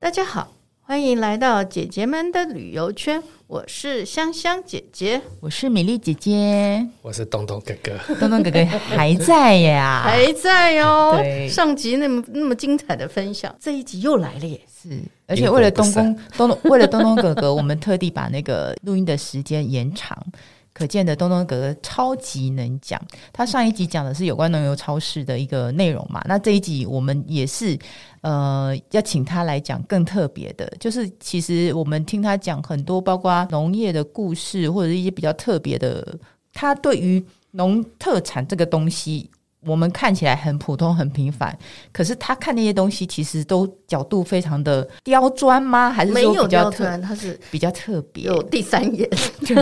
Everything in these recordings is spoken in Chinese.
大家好，欢迎来到姐姐们的旅游圈，我是香香姐姐，我是美丽姐姐，我是东东哥哥。东东哥哥还在呀， 还在哦啊对。上集那么那么精彩的分享，这一集又来了耶！是，而且为了东东东东， 为了东东哥哥，我们特地把那个录音的时间延长。可见的东东哥哥超级能讲，他上一集讲的是有关农油超市的一个内容嘛，那这一集我们也是呃要请他来讲更特别的，就是其实我们听他讲很多，包括农业的故事或者是一些比较特别的，他对于农特产这个东西，我们看起来很普通很平凡，可是他看那些东西，其实都角度非常的刁钻吗？还是没说有比较掉特团，它是比较特别？ 有第三眼，就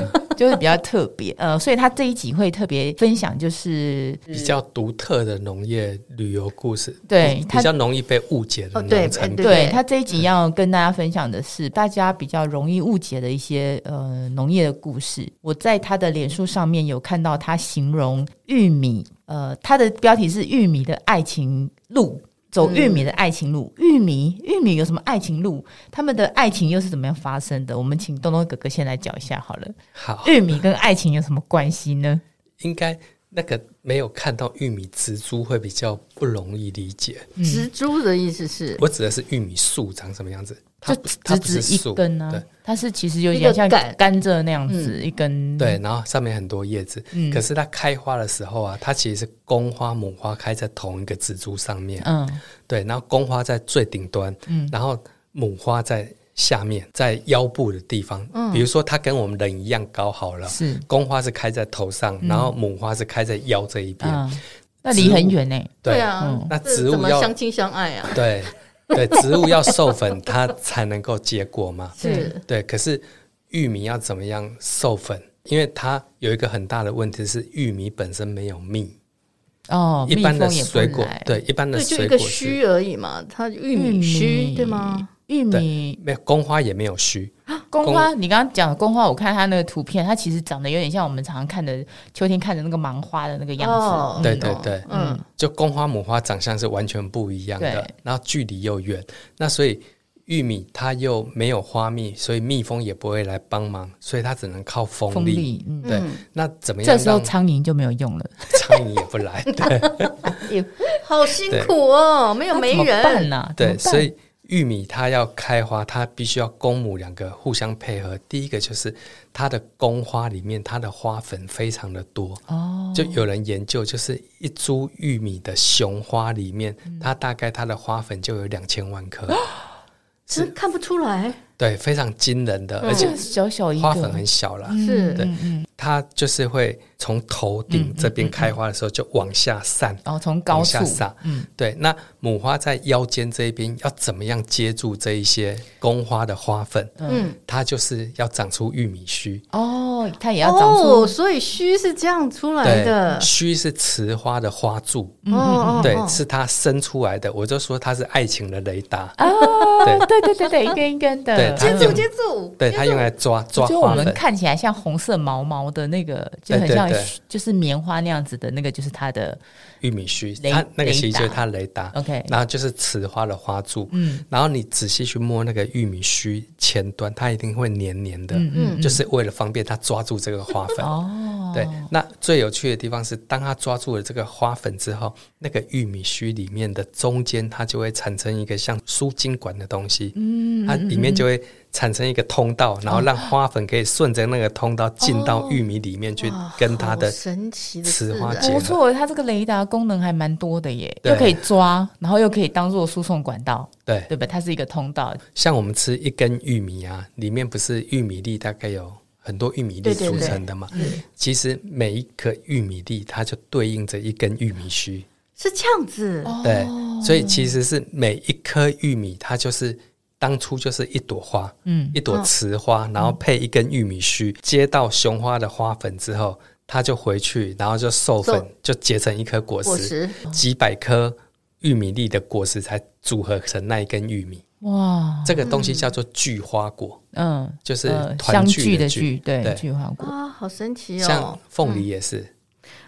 是比较特别，呃，所以他这一集会特别分享，就是比较独特的农业旅游故事，对比他，较容易被误解的哦对农产对品。对他这一集要跟大家分享的嗯是大家比较容易误解的一些呃农业的故事。我在他的脸书上面有看到他形容玉米，呃，他的标题是“玉米的爱情路”。走玉米的爱情路，嗯玉米玉米有什么爱情路？他们的爱情又是怎么样发生的？我们请东东哥哥先来讲一下好了。好，玉米跟爱情有什么关系呢？应该那个没有看到玉米植株会比较不容易理解。嗯植株的意思是我指的是玉米树长什么样子，它就不它只不是只一树，根啊呢、对它是其实有点像一个杆甘蔗那样子、一根，嗯对，然后上面很多叶子。嗯可是它开花的时候啊，它其实是公花母花开在同一个植株上面。啊嗯，对，然后公花在最顶端，嗯然后母花在下面，在腰部的地方。嗯比如说它跟我们人一样高好了，是，公花是开在头上，嗯然后母花是开在腰这一边。嗯，那离很远呢、对啊嗯对啊，嗯那这植怎物么要相亲相爱啊？ 对对，植物要授粉， 它才能够结果嘛。是对，可是玉米要怎么样授粉？因为它有一个很大的问题是，玉米本身没有蜜，哦，一蜜般的蜂也不水果来，对，一般的对，就一水个果是须而已嘛，它玉米须对吗？？玉米啊没有公花也没有须，宫花，你刚刚讲的宫花，我看它那个图片，它其实长得有点像我们常常看的秋天看的那个芒花的那个样子。哦对对对，嗯，就公花母花长相是完全不一样的对，然后距离又远，那所以玉米它又没有花蜜，所以蜜蜂也不会来帮忙，所以它只能靠风力。风力，嗯，对，那怎么样这时候让苍蝇就没有 用了，苍蝇也不来？ 对好辛苦哦，没有媒那怎么办人，呢、啊？对，怎么办所以玉米它要开花，它必须要公母两个互相配合。第一个就是它的公花里面，它的花粉非常的多，哦，就有人研究，就是一株玉米的雄花里面，嗯它大概它的花粉就有两千万颗，真嗯看不出来，对，非常惊人的，而且就小小一个花粉很小啦，嗯是对，它就是会从头顶这边开花的时候就往下散，哦，从高嗯往处下撒。对。那母花在腰间这一边要怎么样接住这一些公花的花粉？嗯，它就是要长出玉米须。哦，它也要长出哦，所以须是这样出来对的，，须是雌花的花柱，哦嗯哦，对哦，是它生出来的。我就说它是爱情的雷达，哦，对对对对对，一根一根的，嗯对它接有住接住，对，它用来抓抓就我花们粉。看起来像红色毛毛的那个，就很对对像对就是棉花那样子的那个，就是它的玉米须，雷它那个其实就是雷达它雷达。 OK 然后就是雌花的花柱，嗯，然后你仔细去摸那个玉米须前端，它一定会黏黏的，嗯，就是为了方便它抓住这个花粉。哦，对，那最有趣的地方是，当它抓住了这个花粉之后，那个玉米须里面的中间，它就会产生一个像输精管的东西，嗯，它里面就会产生一个通道，然后让花粉可以顺着那个通道进到玉米里面去，跟它的好神奇的呃雌自花然结哦不合。错，它这个雷达功能还蛮多的耶，对又可以抓，然后又可以当做输送管道，对，对吧？它是一个通道，像我们吃一根玉米啊，里面不是玉米粒大概有很多玉米对粒对组对嗯成的嘛？其实每一颗玉米粒，它就对应着一根玉米须。是这样子，对，哦所以其实是每一颗玉米，它就是当初就是一朵花，嗯，一朵雌花，然后配一根玉米须，接到雄花的花粉之后，它就回去，然后就授粉授，就结成一颗果果实，实哦几百颗玉米粒的果实才组合成那一根玉米。哇，这个东西叫做聚花果，嗯，就是呃团相聚聚的聚。聚，对，对聚花果，啊，好神奇像哦！凤梨也是，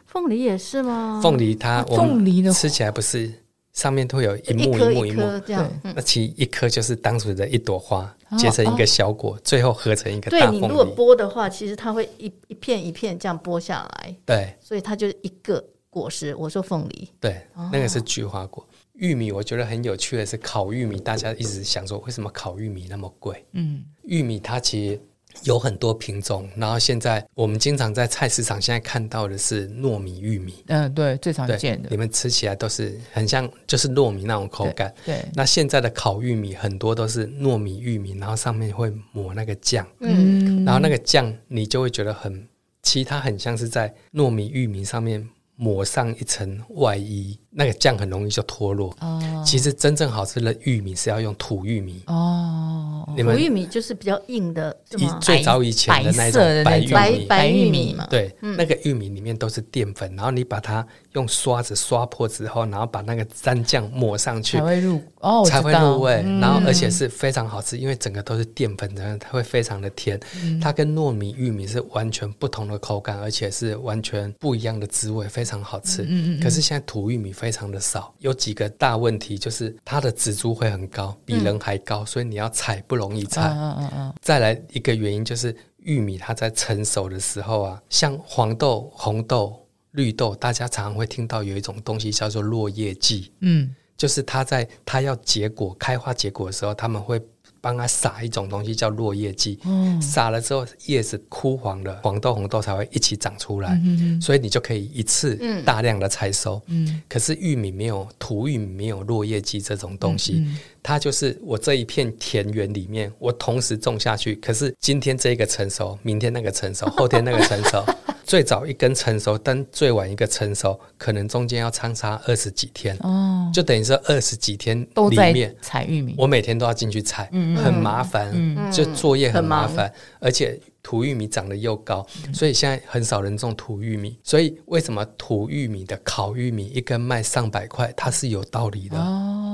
凤梨也是吗？凤梨它我哦凤梨们的吃起来不是上面都有一幕颗幕一一颗幕，这样对。嗯那其实一颗就是当时的一朵花哦，结成一个小果，最后合成一个对大你凤如果梨。剥的话，其实它会一一片一片这样剥下来，对所以它就是一个果实。我说凤梨，对，哦那个是菊花果。玉米我觉得很有趣的是烤玉米，大家一直想说为什么烤玉米那么贵？嗯，玉米它其实有很多品种，然后现在我们经常在菜市场现在看到的是糯米玉米，嗯，对，最常对见，的你，们吃起来都是很像就是糯米那种口感。对，那现在的烤玉米很多都是糯米玉米，然后上面会抹那个酱，嗯，然后那个酱你就会觉得很，其实它很像是在糯米玉米上面抹上一层外衣，那个酱很容易就脱落。哦其实真正好吃的玉米是要用土玉米，哦，你土们玉米就是比较硬的，是以吗？最早以前的那白色的那种白种玉白米，白玉白玉米米嘛，对，嗯那个玉米里面都是淀粉，然后你把它用刷子刷破之后，然后把那个蘸酱抹上去才，会入哦，我才知会道入味，然后而且是非常好吃，因为整个都是淀粉，然后它会非常的甜。嗯它跟糯米、玉米是完全不同的口感，而且是完全不一样的滋味，非常好嗯吃。可是现在土玉米非常的少，有几个大问题就是它的植株会很高，比人还高，所以你要采不容易采。嗯嗯嗯嗯，再来一个原因就是玉米它在成熟的时候啊，像黄豆、红豆、绿豆，大家常常会听到有一种东西叫做落叶剂。嗯，就是它在它要结果开花结果的时候，他们会帮它撒一种东西叫落叶剂，撒了之后叶子枯黄了，黄豆红豆才会一起长出来，所以你就可以一次大量的采收。可是玉米没有土玉米没有落叶剂这种东嗯西，它就是我这一片田园里面，我同时种下去，可是今天这个成熟，明天那个成熟，后天那个成熟。最早一根成熟，但最晚一个成熟，可能中间要相差二十几天。哦，就等于说二十几天都里在面，采玉米，我每天都要进去采，很麻烦，就作业很麻烦，而且土玉米长得又高，所以现在很少人种土玉米。所以为什么土玉米的烤玉米一根卖上百块，它是有道理的，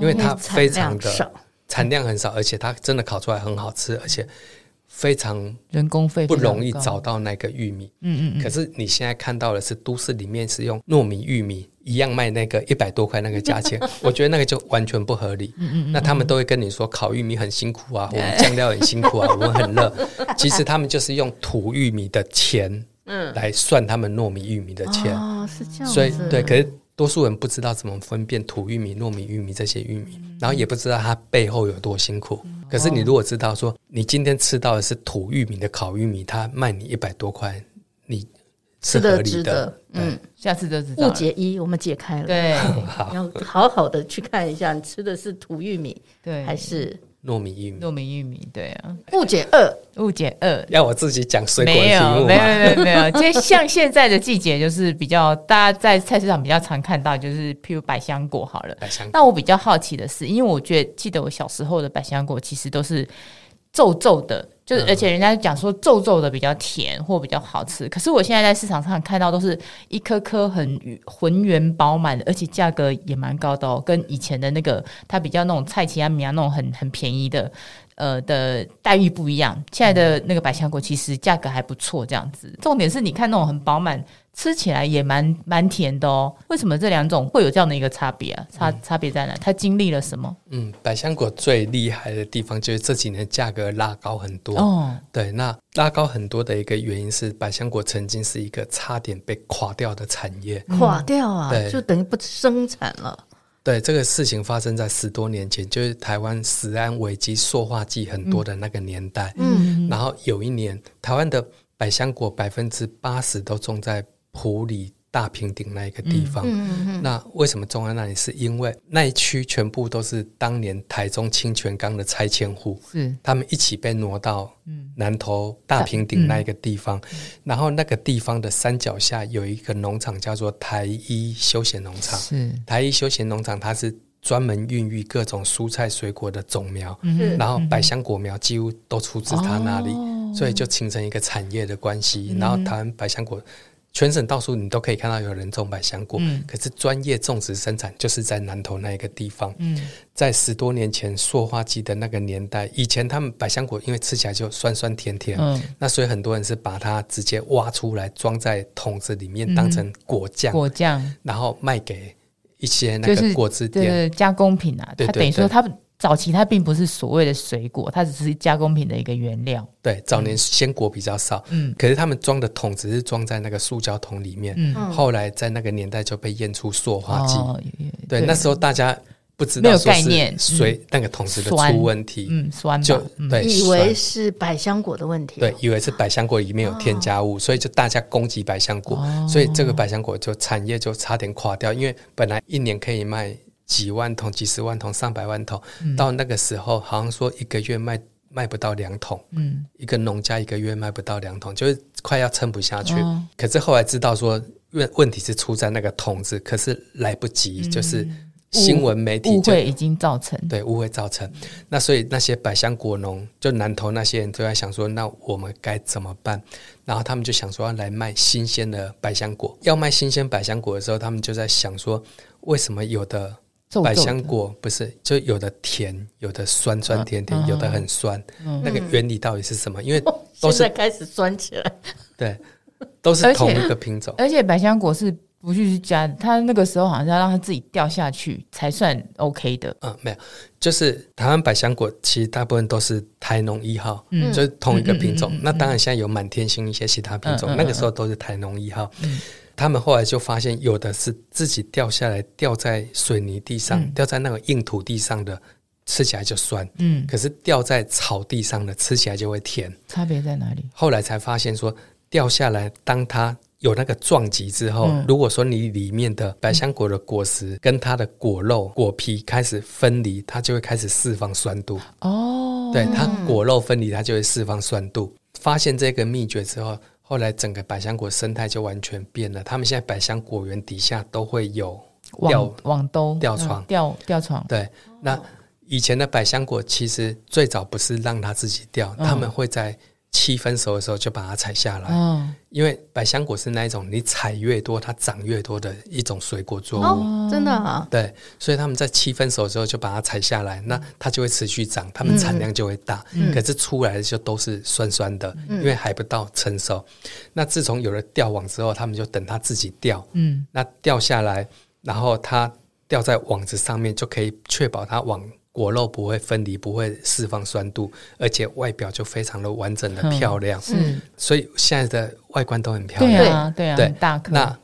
因为它非常因为产量的少产量很少，而且它真的烤出来很好吃，而且非常人工费不非常容易高找到那个玉米。嗯嗯可是你现在看到的是都市里面是用糯米玉米一样卖那个一百多块那个价 钱，我觉得那个就完全不合理。嗯嗯那他们都会跟你说烤玉米很辛苦啊，我们酱料很辛 苦啊，我们很热。其实他们就是用土玉米的钱，嗯，来算他们糯米玉米的钱。哦，是这样子。所以对，可是多数人不知道怎么分辨土玉米、糯米玉米这些玉米，然后也不知道它背后有多辛苦。可是你如果知道说，你今天吃到的是土玉米的烤玉米，它卖你一百多块，你吃是合的理值的得。。嗯，下次就知道误了。解一我们解开了， 对你要好好的去看一下，你吃的是土玉米对，还是糯米玉米，糯米玉米？对啊，误解二？误解二。要我自己讲水果的没题有，目没有，吗？没有，没有。就像现在的季节，就是比较大家在菜市场比较常看到，就是譬如百香果好了。百香那我比较好奇的是，因为我觉得记得我小时候的百香果其实都是皱皱的，就是而且人家讲说皱皱的比较甜或比较好吃。可是我现在在市场上看到都是一颗颗很浑圆饱满的，而且价格也蛮高的哦，跟以前的那个它比较那种菜奇亚米啊亚那种很很便宜的。呃的待遇不一样，现在的那个百香果其实价格还不错，这样子。重点是你看那种很饱满，吃起来也蛮蛮甜的哦。为什么这两种会有这样的一个差别啊？差差别在哪？它经历了什么？嗯，百香果最厉害的地方就是这几年价格拉高很多。哦，对，那拉高很多的一个原因是，百香果曾经是一个差点被垮掉的产业。垮掉啊，嗯对就等于不生产了。对，这个事情发生在十多年前，就是台湾食安危机、塑化剂很多的那个年代。嗯，然后有一年，台湾的百香果百分之八十都种在埔里大平顶那一个嗯地方。那为什么种在那里？是因为那一区全部都是当年台中清泉岗的拆迁户，是他们一起被挪到嗯南投大平顶那一个地方，然后那个地方的山脚下有一个农场叫做台一休闲农场。是，台一休闲农场它是专门孕育各种蔬菜水果的种苗，是然后百香果苗几乎都出自它那里，哦所以就形成一个产业的关系。嗯然后台湾百香果。全省到处你都可以看到有人种百香果，嗯可是专业种植生产就是在南投那一个地方。嗯在十多年前塑化剂的那个年代，以前他们百香果因为吃起来就酸酸甜甜，嗯，那所以很多人是把它直接嗯挖出来装在桶子里面当成果酱，果酱然后卖给一些那就是个果汁对店，对加工品啊，对它对等于说对它早期它并不是所谓的水果，它只是加工品的一个原料。对，早年鲜果比较少，嗯可是他们装的桶只是装在那个塑胶桶里面，嗯，嗯后来在那个年代就被验出塑化剂。哦，也对，那时候大家不知没道有说概念是嗯水、那个桶子的酸出问题，嗯酸吧就嗯对以酸为是百香果的问题、哦对，，以为是百香果里面有添加物，所以就大家攻击百香果，哦所以这个百香果就产业就差点垮掉，因为本来一年可以卖几万桶、几十万桶、上百万桶，嗯到那个时候好像说一个月卖卖不到两桶，嗯一个农家一个月卖不到两桶，就是快要撑不下去。哦可是后来知道说问问题是出在那个桶子，可是来不及，就是新闻媒体嗯误就会已经造成。对，误会造成。那所以那些百香果农，就南投那些人就在想说，那我们该怎么办？然后他们就想说要来卖新鲜的百香果。要卖新鲜百香果的时候，他们就在想说，为什么有的皱皱的百香果不是就有的甜，有的酸酸甜甜，嗯有的很酸？嗯哦那个原理到底是什么？因为都哦现在是开始酸起来。对，都而是且同一个品种。而且百香果是不去加的，它那个时候好像是要让它自己掉下去才算 OK 的。嗯，没有，就是台湾百香果，其实大部分都是台农一号，嗯就是同一个品种。那当然，现在有满天星一些其他品种，嗯嗯嗯那个时候都是台农一号。嗯他们后来就发现，有的是自己掉下来，掉在水泥地上，嗯掉在那个硬土地上的，吃起来就酸；嗯，可是掉在草地上的，吃起来就会甜。差别在哪里？后来才发现说，掉下来，当它有那个撞击之后，嗯如果说你里面的百香果的果实跟它的果肉、果皮开始分离，它就会开始释放酸度。哦，对，它果肉分离，它就会释放酸度。发现这个秘诀之后，后来整个百香果生态就完全变了。他们现在百香果园底下都会有网吊网兜吊床嗯吊吊床，对，那以前的百香果其实最早不是让它自己掉，嗯他们会在七分熟的时候就把它采下来。嗯，因为百香果是那一种你采越多它长越多的一种水果作物，哦，真的啊，对，所以他们在七分熟的时候就把它采下来，那它就会持续长，它们嗯产量就会大。可是出来的就都是酸酸的，嗯因为还不到成熟。那自从有了吊网之后，他们就等它自己掉，嗯，那掉下来，然后它掉在网子上面，就可以确保它网果肉不会分离，不会释放酸度，而且外表就非常的完整的嗯漂亮。是，所以现在的外观都很漂亮。对啊，对啊，对很大颗，那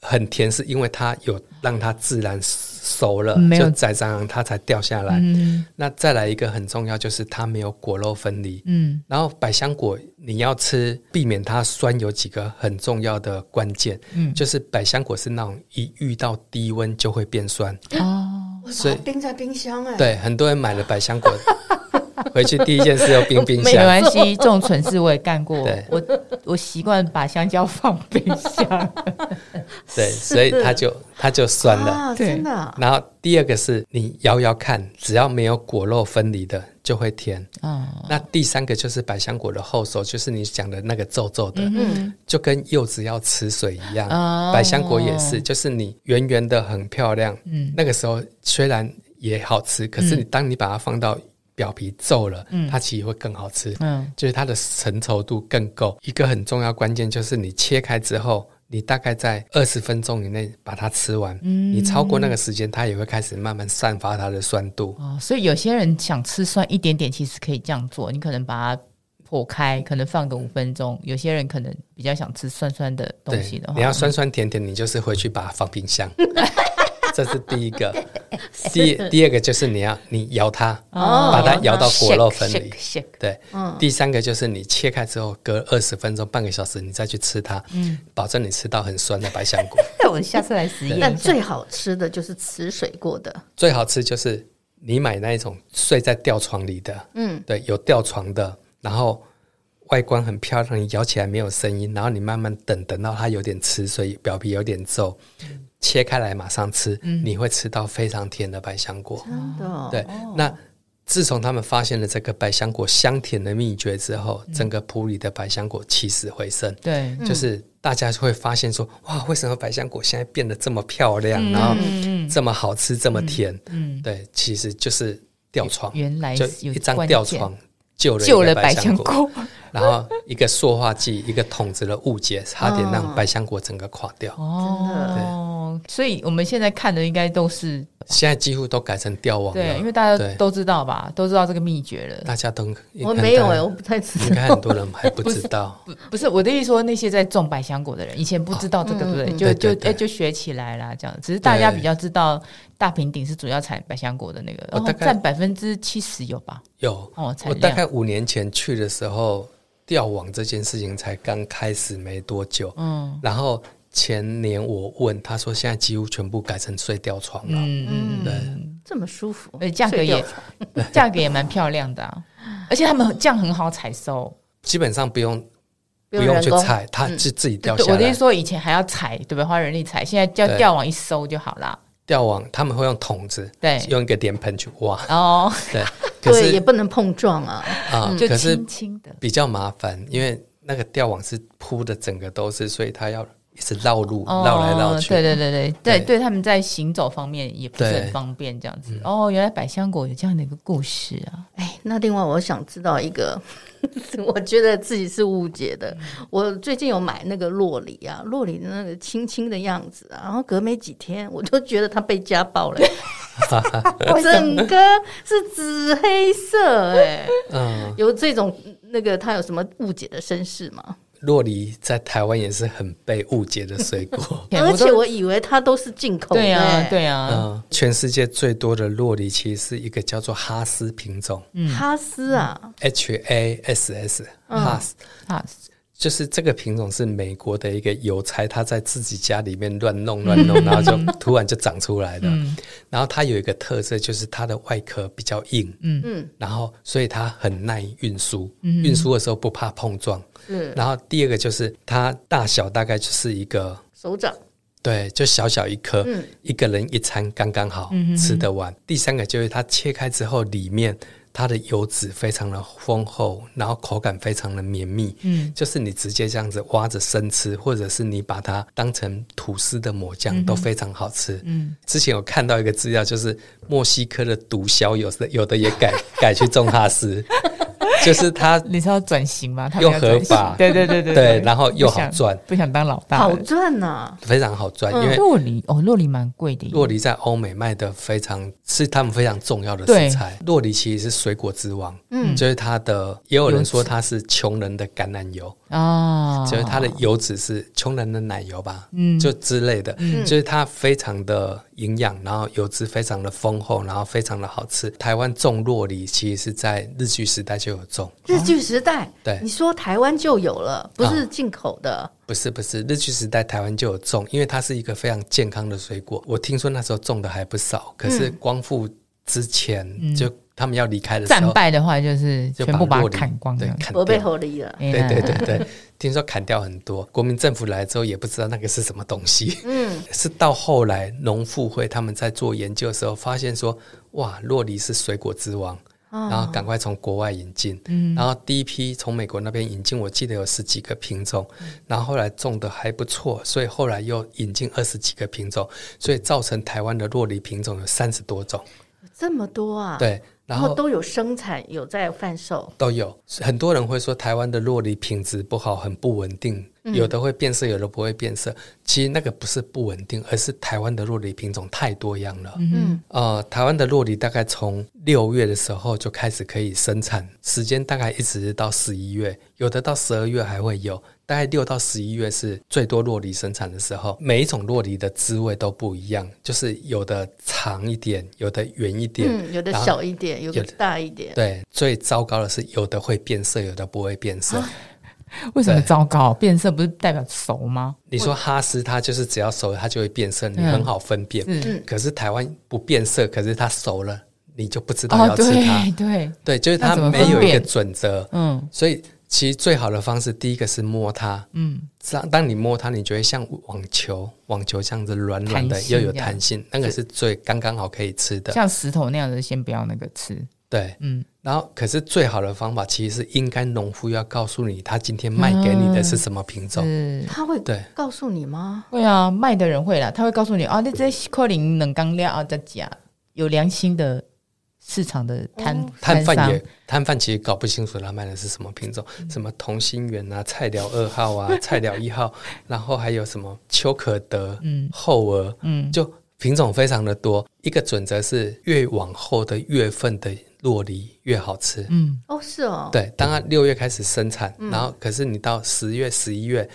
很甜是因为它有让它自然熟了，没有就宰蟑螂它才掉下来。嗯那再来一个很重要就是它没有果肉分离。嗯然后百香果你要吃，避免它酸有几个很重要的关键，嗯就是百香果是那种一遇到低温就会变酸。哦，我所把以它冰在冰箱哎、对，很多人买了百香果 回去第一件事要冰冰没箱。关系，这种蠢事我也干过对，我我习惯把香蕉放冰箱， 对，所以它就它就酸了。啊，对真的啊、然后第二个是你摇摇看，只要没有果肉分离的就会甜。啊，那第三个就是百香果的后手，就是你讲的那个皱皱的，嗯就跟柚子要吃水一样，哦百香果也是，就是你圆圆的很漂亮，嗯那个时候虽然也好吃，可是你当你把它放到表皮皱了，它其实会更好吃，嗯就是它的成熟度更够。一个很重要关键就是你切开之后。你大概在二十分钟以内把它吃完，嗯你超过那个时间，它也会开始慢慢散发它的酸度。哦，所以有些人想吃酸一点点，其实可以这样做，你可能把它破开，可能放个五分钟。有些人可能比较想吃酸酸的东对，西的话，你要酸酸甜甜，你就是回去把它放 冰箱，这是第一个。第第二个就是你要你摇它，哦嗯把它摇到果肉分离 shake, shake, shake 对。第三个就是你切开之后，隔二十分钟、半个小时，你再去吃它，嗯保证你吃到很酸的百香果。 那我下次来实验但一下。最好吃的就是吃水果的，最好吃就是你买那一种睡在吊床里的，嗯，对，有吊床的，然后外观很漂亮，你咬起来没有声音，然后你慢慢等，等到它有点吃水，表皮有点皱，嗯切开来马上吃，你会吃到非常甜的百香果。真的哦、对，那自从他们发现了这个百香果香甜的秘诀之后，嗯整个普里的百香果起死回生。对，就是大家会发现说，哇，为什么百香果现在变得这么漂亮，嗯然后这么好吃，这么甜？嗯，对，其实就是吊床，原来就有一张关吊键床救了救一了个百百香香果，果。 然后一个塑化剂，一个桶子的误解，差点让百香果整个垮掉。哦，哦，所以我们现在看的应该都是现在几乎都改成吊网对，因了，为大家对都知道吧，都知道这个秘诀了。大家都我没有哎、哎我，不太知应道。该很多人还不知 道，不不是我的意思说，那些在种百香果的人以前不知道这个，对嗯不对？嗯就对就对哎对就学起来啦，这样。只是大家对比较知道大平顶是主要产百香果的那个，我然后大概占百分之七十有吧？有。哦，产我大量。概五年前去的时候，吊网这件事情才刚开始没多久，嗯然后前年我问他说，现在几乎全部改成睡吊床了，嗯嗯对嗯，这么舒服，而且价格也睡掉价格也蛮漂亮的啊，而且他们这样很好采收。基本上不用不不用用人去工，踩，它是自己对掉嗯对，下我的意来思。说以前还要采，对不对？花人力采，现在叫对吊网一收就好啦。吊网他们会用桶子，对用一个脸盆去挖，哦， 对。可对，也是不能碰撞啊。啊，嗯就可是轻轻的。比较麻烦，因为那个吊网是铺的，整个都是，所以它要一直绕路，哦绕来绕去。对对对对对对对，他们在行走方面也不是对很方便，这样子。哦，原来百香果有这样的一个故事啊！哎，那另外我想知道一个， 我觉得自己是误解的。我最近有买那个洛梨啊，洛梨的那个青青的样子啊，然后隔没几天我就觉得它被家暴 了，整个是紫黑色哎、嗯，有这种那个它有什么误解的身世吗？洛梨在台湾也是很被误解的水果。 天而哎我都且我以为它都是进口的、对啊哎，对啊，嗯，全世界最多的洛梨其实是一个叫做哈斯品种嗯哈斯啊， ，H A S S 哈斯，啊，就是这个品种是美国的一个邮差，他在自己家里面乱弄乱弄，然后就突然就长出来的。然后它有一个特色，就是它的外壳比较硬，嗯嗯，然后所以它很耐运输，运输的时候不怕碰撞。嗯是然后第二个就是它大小大概就是一个手掌，对，就小小一颗，嗯一个人一餐刚刚好、吃得完。第三个就是它切开之后，里面它的油脂非常的丰厚，然后口感非常的绵密。嗯，就是你直接这样子挖着生吃，或者是你把它当成吐司的抹嗯酱，都非常好吃。嗯，之前有看到一个资料，就是墨西哥的毒枭有的有的也 改改去种哈斯，就是它你是要转型吗？他们又要转型合法 对对对对对，然后又不好想赚，不想当老大好了。赚啊呐、非常好赚，因为洛梨哦，洛梨蛮贵的耶，洛梨在欧美卖的非常是他们非常重要的食材。洛梨其实是水果之王，嗯，就是它的，也有人说它是穷人的橄榄油，啊，就是它的油脂是穷人的奶油吧，哦嗯，就之类的，就是它非常的营养，然后油脂非常的丰厚，然后非常的好吃。台湾种洛梨其实是在日据时代就有种，日据时代，对你说台湾就有啊了，不是进口的。不是不是，日据时代台湾就有种，因为它是一个非常健康的水果。我听说那时候种的还不少，可是嗯光复之前、就他们要离开的时战候，败的话就是就嗯全部把它洛梨砍光对了，。砍我被掉。合理了。哎对呀对对对， 听说砍掉很多。国民政府来之后也不知道那个是什么东西，嗯， 是到后来农妇会他们在做研究的时候发现说，哇，洛梨是水果之王，啊嗯然后赶快从国外引进，然后第一批从美国那边引进，我记得有十几个品种，嗯然后后来种的还不错，所以后来又引进二十几个品种，所以造成台湾的洛梨品种有三十多种，这么多啊！，对，然然后后都有生产，有在贩售。都有。很多人会说台湾的洛梨品质不好，很不稳定，有的会变色，有的不会变色。其实那个不是不稳定，而是台湾的洛梨品种太多样了。嗯，呃，台湾的洛梨大概从六月的时候就开始可以生产，时间大概一直到十一月，有的到十二月还会有。大概六到十一月是最多洛梨生产的时候，每一种洛梨的滋味都不一样，就是有的长一点，有的圆一点，嗯，有的然后小一点，有的有的大一点。对，最糟糕的是有的会变色，有的不会变色。啊哎为什么糟糕？变色不是代表熟吗？你说哈斯，它就是只要熟了，它就会变色，你嗯很好分辨。是可是台湾不变色，可是它熟了，你就不知道哦，要吃它。对对，对，就是那它怎么没有分一个辨准则，嗯所以其实最好的方式，第一个是摸它。嗯，当当你摸它，你就会像网球，网球这样子软软的弹，性又有这样弹性，那个是最刚刚好可以吃的。像石头那样的先不要那个吃，对，嗯，然后，可是最好的方法其实是应该农夫要告诉你，他今天卖啊给你的是什么品种。是他会对告诉你吗？嗯会啊，卖哦的人会啦，他会告诉你啊，你这些可能能刚料啊，再加有良心的市场的摊哦摊贩商也摊贩其实搞不清楚他卖的是什么品种，什么同心圆啊、菜鸟二号啊、 菜鸟一号，然后还有什么丘可德、嗯厚鹅，嗯就品种非常的多。一个准则是越往后的月份的洛梨越好吃。嗯哦，是哦，对，当然六月开始生产，然后可是你到十月、十一月，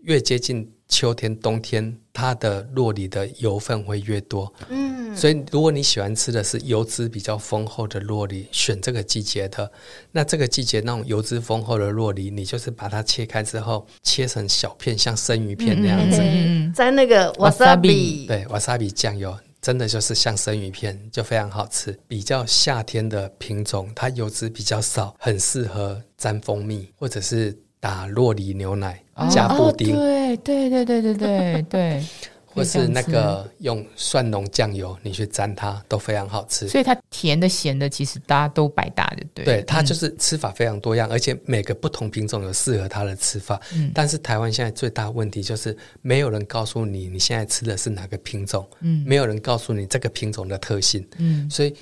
越接近秋天、冬天，它的落里的油分会越多。嗯，所以，如果你喜欢吃的是油脂比较丰厚的洛梨，选这个季节的，那这个季节那种油脂丰厚的洛梨，你就是把它切开之后，切成小片，像生鱼片那样嗯子。嗯嗯在那个 wasabi wasabi，对，wasabi 酱油真的就是像生鱼片，就非常好吃。比较夏天的品种，它油脂比较少，很适合沾蜂蜜或者是打洛梨牛奶、哦加布丁，哦对对对对对对对， 或是那个用蒜蓉酱油你去沾它，都非常好吃。所以它甜的咸的其实大家都百搭的，对对，它就是吃法非常多样，而且每个不同品种有适合它的吃法。嗯但是台湾现在最大问题就是没有人告诉你你现在吃的是哪个品种，嗯没有人告诉你这个品种的特性。嗯所以，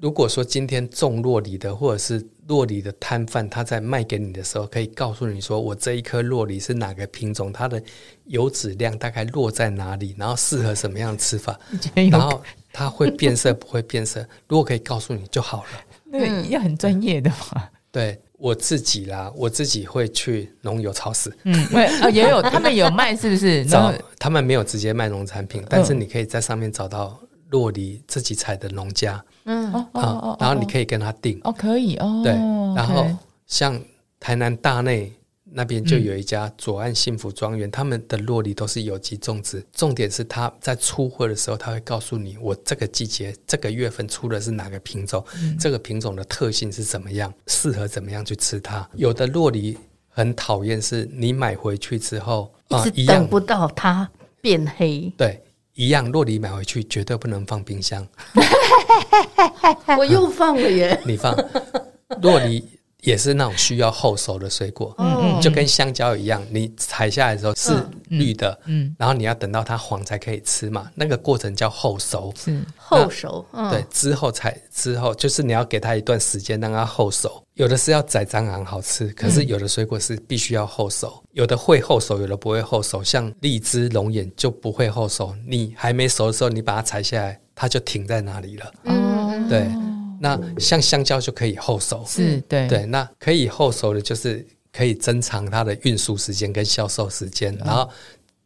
如果说今天种洛梨的或者是洛梨的摊贩，他在卖给你的时候，可以告诉你说，我这一颗洛梨是哪个品种，它的油脂量大概落在哪里，然后适合什么样的吃法，觉 得有然后它会变色不会变色，如果可以告诉你就好了。那个要很专业的嘛，对我自己啦，我自己会去农友超市。 嗯，喂啊也有他们有卖是不 是？然找后他们没有直接卖农产嗯品，但是你可以在上面找到洛梨自己采的农家嗯，哦哦啊哦，，然后你以可以跟他订，哦可以哦，对，然后 OK 像台南大内那边就有一家左岸幸福庄园，他们的洛梨都是有机种植。重点是他在出货的时候，他会告诉你我这个季节、这个月份出的是哪个品种，嗯这个品种的特性是怎么样，适合怎么样去吃它。有的洛梨很讨厌，是你买回去之后啊、一一直样。等不到它变黑 对。一样，洛梨买回去绝对不能放冰箱，我又放了耶，你 放洛梨也是那种需要后熟的水果，哦，就跟香蕉一样，你采下来的时候是绿的，嗯然后你要等到它黄才可以吃嘛，那个过程叫后熟。是后熟，嗯，哦对，，之后才之后就是你要给它一段时间让它后熟。有的是要宰蟑螂好吃，可嗯是有的水果是必须要后熟，有的会后熟，有的不会后熟。像荔枝、龙眼就不会后熟，你还没熟的时候，你把它采下来，它就停在那里了。嗯，对，那像香蕉就可以后熟，哦是，对对，那可以后熟的，就是可以增长它的运输时间跟销售时间，嗯然后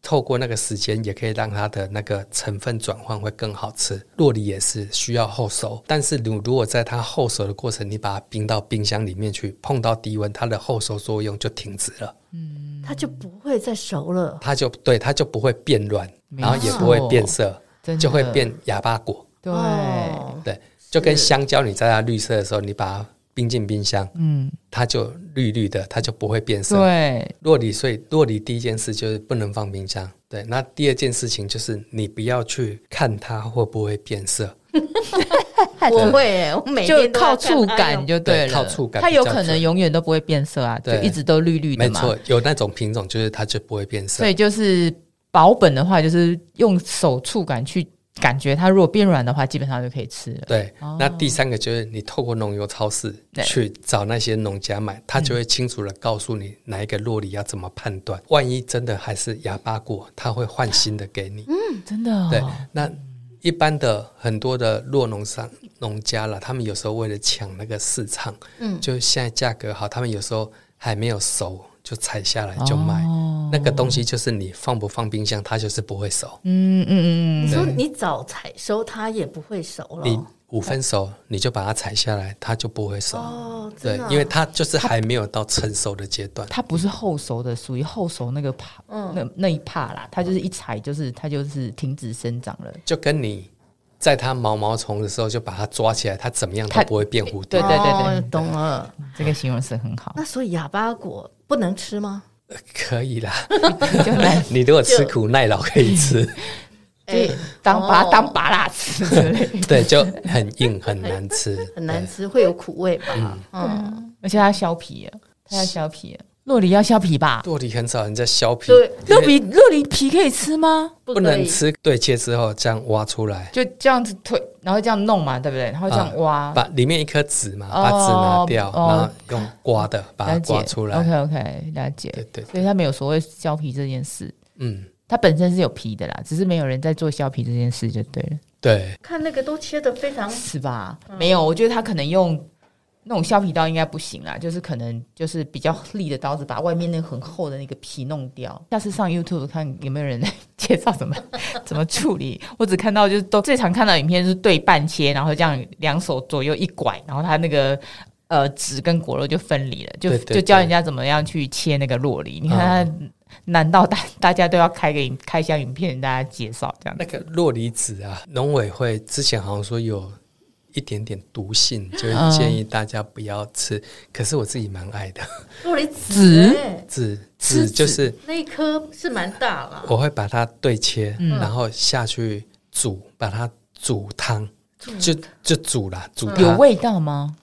透过那个时间，也可以让它的那个成分转换会更好吃。洛梨也是需要后熟，但是你如果在它后熟的过程，你把它冰到冰箱里面去，碰到低温，它的后熟作用就停止了，嗯它就不会再熟了。它就对它就不会变软，然后也不会变色，真的就会变哑巴果。对，哦，对，就跟香蕉，你在它绿色的时候，你把它冰进冰箱，嗯，它就绿绿的，它就不会变色。对，落梨，所以落梨第一件事就是不能放冰箱。对，那第二件事情就是你不要去看它会不会变色，我会耶，我每就天都啊要靠看哎它触感有就了，对靠触感它有比较可能准永远都不会变色啊，就对一直都绿绿的没嘛，错，有那种品种就是它就不会变色所。以就是保本的话，就是用手触感去感觉它，如果变软的话，基本上就可以吃了。对，哦那第三个就是你透过农油超市对去找那些农家买，他就会清楚的告诉你哪一个落梨要怎么判断。万一真的还是哑巴果，他会换新的给你。嗯真的、哦，对，那一般的很多的弱农商农家了，他们有时候为了抢那个市场，嗯，就现在价格好，他们有时候还没有熟就采下来就卖。哦那个东西就是你放不放冰箱，它就是不会熟。嗯嗯嗯你嗯，说你早采收，它也不会熟了。你五分熟，你就把它采下来，它就不会熟。哦，对真的啊，因为它就是还没有到成熟的阶段。它不是后熟的，属于后熟那个帕，嗯那那一帕啦，它就是一踩就是它就是停止生长了。就跟你在它毛毛虫的时候就把它抓起来，它怎么样都它不会变蝴对。蝶对对哦懂了。对，这个形容词 很好，那所以哑巴果不能吃吗？可以啦，就来你如果吃就苦耐劳可以吃。哎，当把它哦当拔蜡吃之类的，对，就很硬，很难吃，很难吃，会有苦味吧？嗯，而且它要削皮耶，它要削皮耶，洛梨要削皮吧？洛梨很少人在削皮，对，洛梨洛梨皮可以吃吗？不不可能以。吃对切之后这样挖出来，就这样子推，然后这样弄嘛，对不对？然后这样挖，啊把里面一颗籽嘛，哦把籽拿掉，啊哦然后用刮的把它了刮解出来。 OK OK，了解。对对，所以它没有所谓削皮这件事，嗯，它本身是有皮的啦，只是没有人在做削皮这件事就对了，对，看那个都切的非常是吧？嗯没有，我觉得他可能用那种削皮刀应该不行啦，就是可能就是比较利的刀子，把外面那个很厚的那个皮弄掉。下次上 YouTube 看有没有人来介绍怎么 怎么处理。我只看到就是都最常看到影片是对半切，然后这样两手左右一拐，然后它那个。呃，纸跟果肉就分离了，就对对嗯就教对人家怎么样去切那个洛梨。你看它难道大大家都要开个影开箱影片，大家介绍这样那个洛梨籽啊，农委会之前好像说有一点点毒性，就是嗯建议大家不要吃。可是我自己蛮爱的，洛梨籽籽，哎籽吃籽就籽是那一颗是蛮大啦，我会把它对切，嗯然后下去煮，把它煮汤，就就煮啦，煮它有味道吗？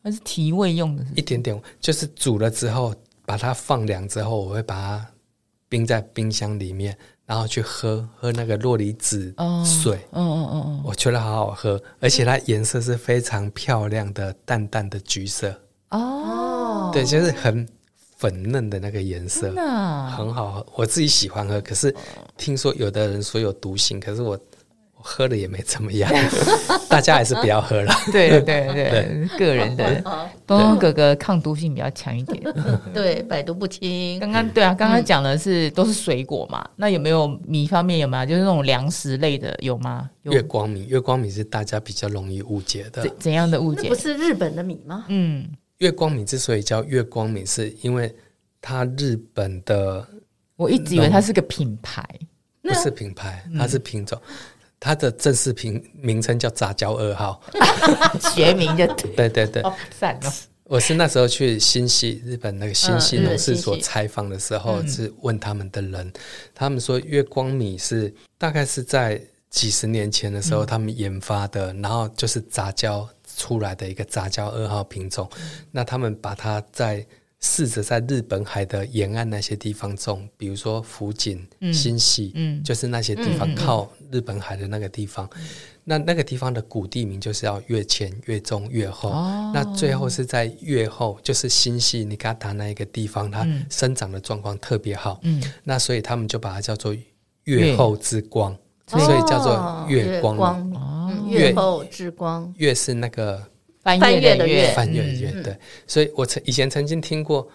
那是提味用的是不一点点，就是煮了之后，把它放凉之后，我会把它冰在冰箱里面，然后去喝喝那个洛梨籽哦水。是，嗯嗯嗯嗯，我觉得好好喝，而且它颜色是非常漂亮的，淡淡的橘色，哦，对，就是很粉嫩的那个颜色真，的啊很好喝。我自己喜欢喝，可是听说有的人说有毒性，可是我我喝了也没怎么样，大家还是不要喝了。对对对对，个人的哦东东哥哥抗毒性比较强一点。对，百毒不侵。刚刚对啊，刚刚讲的是都是水果嘛，那有没有米方面有吗？就是那种粮食类的有吗？有月光米，月光米是大家比较容易误解的。怎怎样的误那解不？是日本的米吗？嗯，月光米之所以叫月光米，是因为它日本的我一直以为它是个品牌不是品牌，它是品种，它的正式品名称叫杂交二号。学名就对对对对，哦，赞哦，我是那时候去新系日本那个新系嗯日本农事所新系嗯采访的时候，是问他们的人，他们说月光米是大概是在几十年前的时嗯候他们研发的，然后就是杂交出来的一个杂交二号品种，嗯那他们把它在。试着在日本海的沿岸那些地方种，比如说福井、新系，嗯就是那些地方靠日本海的那个地方，那那个地方的古地名就是要越前、越中、越后。哦那最后是在越后，就是新系尼加达那一个地方，它生长的状况特别好。嗯，那所以他们就把它叫做越越后之光，哦所以叫做月光。哦米，嗯月月后之光。月是那个翻翻越越的越越翻越的越，嗯对。所以我曾以前曾经听过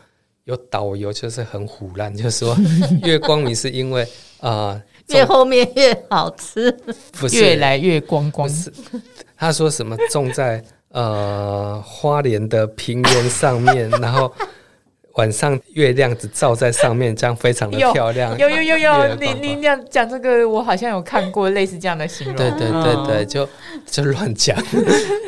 有导游就是很胡乱，就 说月光明是因为啊、呃越种后面越好吃，不是越来越光光不，是，他说什么种在呃花莲的平原上面，然后晚上月亮只照在上面，这样非常的有漂亮。有有有越有，来你越你这样讲这个，我好像有看过类似这样的形容。对对对对，就就 乱讲。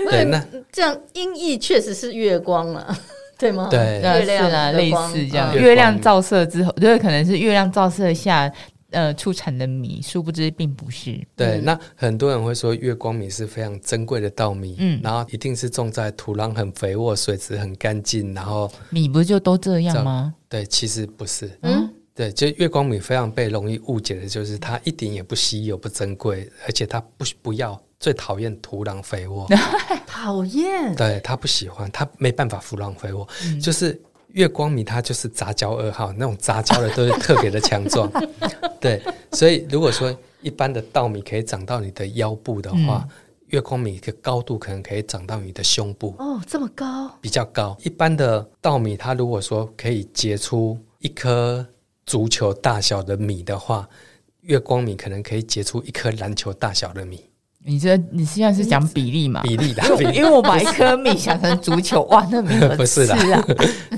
对，那这样音译确实是月光了， 对吗？对对啊，月亮是啊，的类光似这样，嗯月亮照射之后，就是可能是月亮照射下。呃，出产的米，殊不知并不是。对，那很多人会说月光米是非常珍贵的稻米，嗯然后一定是种在土壤很肥沃、水质很干净，然后米不就都这样吗？对，其实不是，嗯，对，就月光米非常被容易误解的，就是它一点也不稀有、不珍贵，而且它不不要，最讨厌土壤肥沃，哦讨厌。对他不喜欢，他没办法土壤肥沃，就是月光米，它就是杂交二号那种杂交的都是特别的强壮，对，所以如果说一般的稻米可以长到你的腰部的话，月光米的高度可能可以长到你的胸部，哦，这么高，比较高。一般的稻米，它如果说可以结出一颗足球大小的米的话，月光米可能可以结出一颗篮球大小的米，你这你现在是讲比例嘛？比例的比因例，为我把一颗米想成足球，哇，那米不是啦是啊，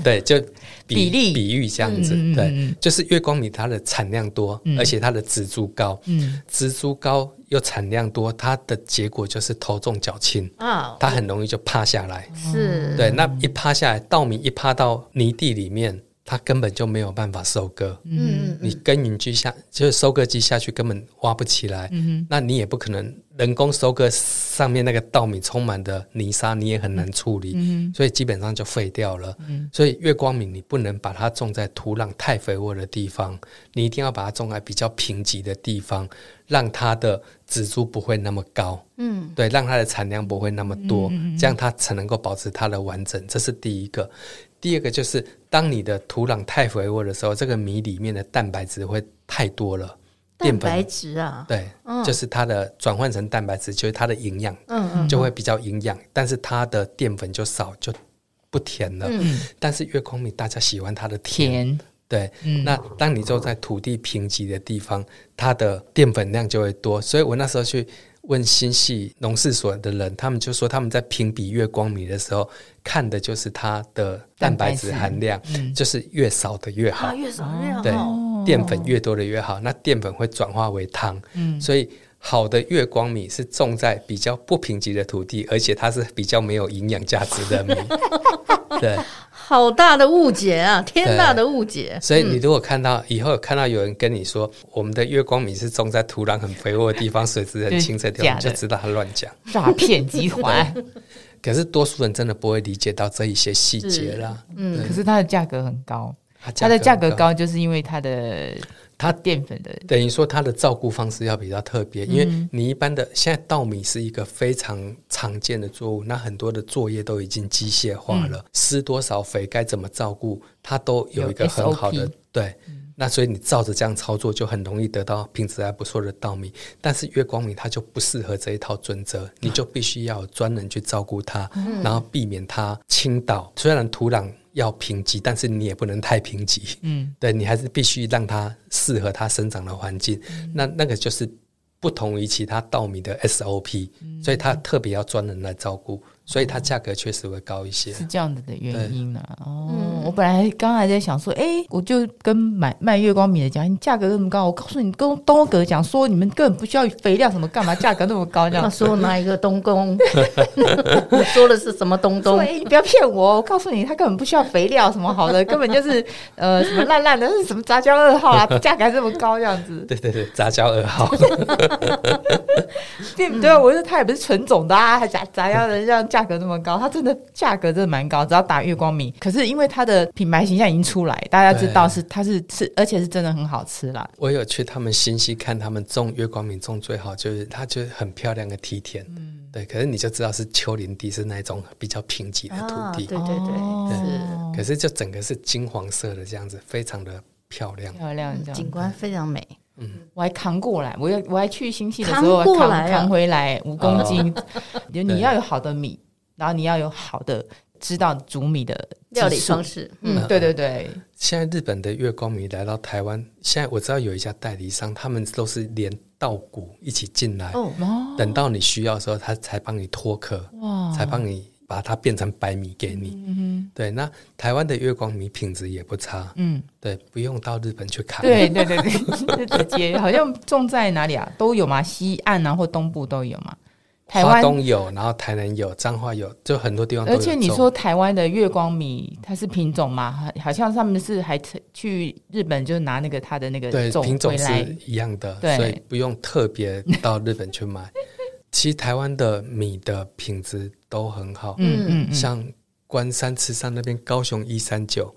对，就比例比喻这样子，嗯嗯嗯嗯对，就是月光米它的产量多，嗯而且它的植株高，嗯，植株高又产量多，它的结果就是头重脚轻，哦啊，它很容易就趴下来。是，对，那一趴下来，稻米一趴到泥地里面，它根本就没有办法收割。嗯，嗯嗯你耕耘机下就是收割机下去根本挖不起来，那你也不可能人工收割上面那个稻米充满的泥沙，你也很难处嗯理，所以基本上就废掉了。所以月光米你不能把它种在土壤太肥沃的地方，你一定要把它种在比较贫瘠的地方，让它的植株不会那么高，嗯，对，让它的产量不会那么多，这样它才能够保持它的完整。这是第一个。第二个就是，当你的土壤太肥沃的时候，这个米里面的蛋白质会太多了，淀蛋白粉质啊，对，就是它的转换成蛋白质，就是它的营养嗯嗯，就会比较营养，但是它的淀粉就少，就不甜了。嗯但是月空米大家喜欢它的甜，甜，对。嗯那当你就在土地贫瘠的地方，它的淀粉量就会多，所以我那时候去。问新系农事所的人，他们就说他们在评比月光米的时候，看的就是它的蛋白质含量，嗯就是越少的越好啊，。越少越好，对，淀粉越多的越好。那淀粉会转化为糖，嗯所以好的月光米是种在比较不贫瘠的土地，而且它是比较没有营养价值 的米。对，好大的误解啊，天大的误 解，所以嗯你如果看到、以后有看到有人跟你说我们的月光米是种在土壤很肥沃的地方，水质很清澈的地假方，的你就知道他乱讲。诈骗集 团。可是多数人真的不会理解到这一些细节啦。嗯可是它的价格很高，它它的价格很，高就是因为它的它淀粉的等于说它的照顾方式要比较特别，因为你一般的现在稻米是一个非常常见的作物，那很多的作业都已经机械化了，施多少肥该怎么照顾，它都有一个有很好的 SOP 对。那所以你照着这样操作，就很容易得到品质还不错的稻米。但是月光米它就不适合这一套准则，你就必须要有专人去照顾它，然后避免它倾倒。虽然土壤要贫瘠，但是你也不能太贫瘠。嗯，对你还是必须让它适合它生长的环境。嗯那那个就是不同于其他稻米的 SOP，、所以嗯它特别要专人来照顾，所以它价格确实会高一些。是这样子的原因啊。哦，我本来刚才在想说，哎、我就跟买卖月光米的讲，你价格那么高，我告诉你，跟东欧哥讲说，你们根本不需要肥料什么，干嘛价格那么高这他 样？说哪一个东 东？你说的是什么东东？对，你不要骗我！我告诉你，他根本不需要肥料什么好的，根本就是呃什么烂烂的，那是什么杂交二号啊，价格还这么高这样子。对对对，杂交 二号，对对啊，我说它也不是纯种的啊，还假咋样的让价格那么高？它真的价格真的蛮高，只要打月光米。可是因为它的品牌形象已经出来，大家知道是它是吃，而且是真的很好吃啦。我有去他们新西看他们种月光米种最好，就是它就是很漂亮的梯田，嗯对。可是你就知道是丘陵地，是那一种比较贫瘠的啊，土对地，对对，哦可是就整个是金黄色的这样子，非常的漂亮。漂亮这是样。景观非常美。我还扛过来，我要我还去新西的时候扛过扛来啊哦扛回来五 公斤。就你要有好的米，然后你要有好的知道煮米的技术料理方。式，嗯嗯，对对对，现在日本的月光米来到台湾，现在我知道有一家代理商，他们都是连稻谷一起进来，哦，哦等到你需要的时候，他才帮你脱壳，哇，才帮你把它变成白米给你。嗯对，那台湾的月光米品质也不差哼，嗯。对，不用到日本去扛。对对对对， 就直接好像种在哪里啊，都有嘛，西岸啊或东部都有嘛。台花湾，东有，然后台南有，彰化有，就很多地方都而有。且你说，台湾的月光米，它是品种嘛？好好像他们是还去日本就拿那个它的那个对，种品回种来是，一样的，对所以不用特别到日本去买。其实台湾的米的品质都很好，嗯嗯嗯，像关山吃山那边高雄一三九，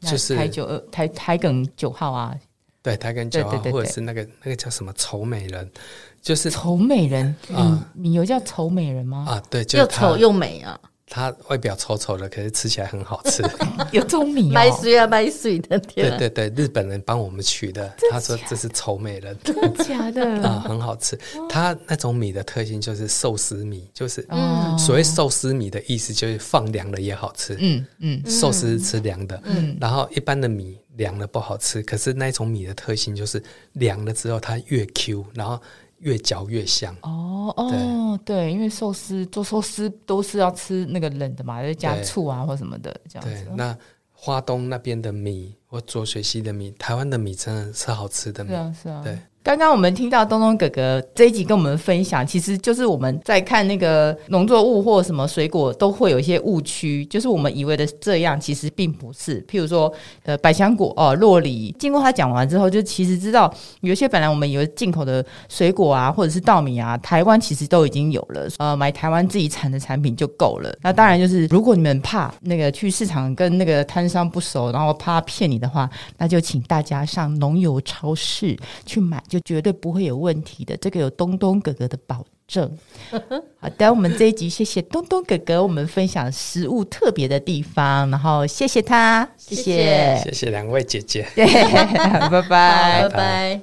那就是台九二台台梗九号啊，对台根酒对啊，对对对哦或者是那个那个叫什么丑美人，就是丑美人，嗯啊，你有叫丑美人吗？啊，对，就又是丑它，又美啊，它外表丑丑的，可是吃起来很好 吃。有这种 米麦哦，穗啊麦穗的天对啊，对对，日本人帮我们取的，他说这是丑美人真的假 啊，的？很好吃。它那种米的特性就是寿司米，就是哦所谓寿司米的意思，就是放凉了也好吃。嗯嗯寿司是吃凉的，然后一般的米凉了不好吃，可是那一种米的特性就是凉了之后它越 Q，然后越嚼越香。哦哦，对，因为寿司做寿司都是要吃那个冷的嘛，就加对醋啊或什么的这样对子，。那花东那边的米或浊水溪的米，台湾的米真的是好吃的米是。啊，是啊，对刚刚我们听到东东哥哥这一集跟我们分享，其实就是我们在看那个农作物或什么水果都会有一些误区，就是我们以为的这样，其实并不是。譬如说，呃，百香果哦，洛梨，经过他讲完之后，就其实知道有一些本来我们以为进口的水果啊，或者是稻米啊，台湾其实都已经有了，呃，买台湾自己产的产品就够了。那当然就是，如果你们怕那个去市场跟那个摊商不熟，然后怕骗你的话，那就请大家上农友超市去买，就绝对不会有问题的。这个有东东哥哥的保 证。好的，我们这一集谢谢东东哥哥，我们分享食物特别的地方，然后谢谢他，谢谢谢谢两位姐姐。 对，拜拜拜拜拜。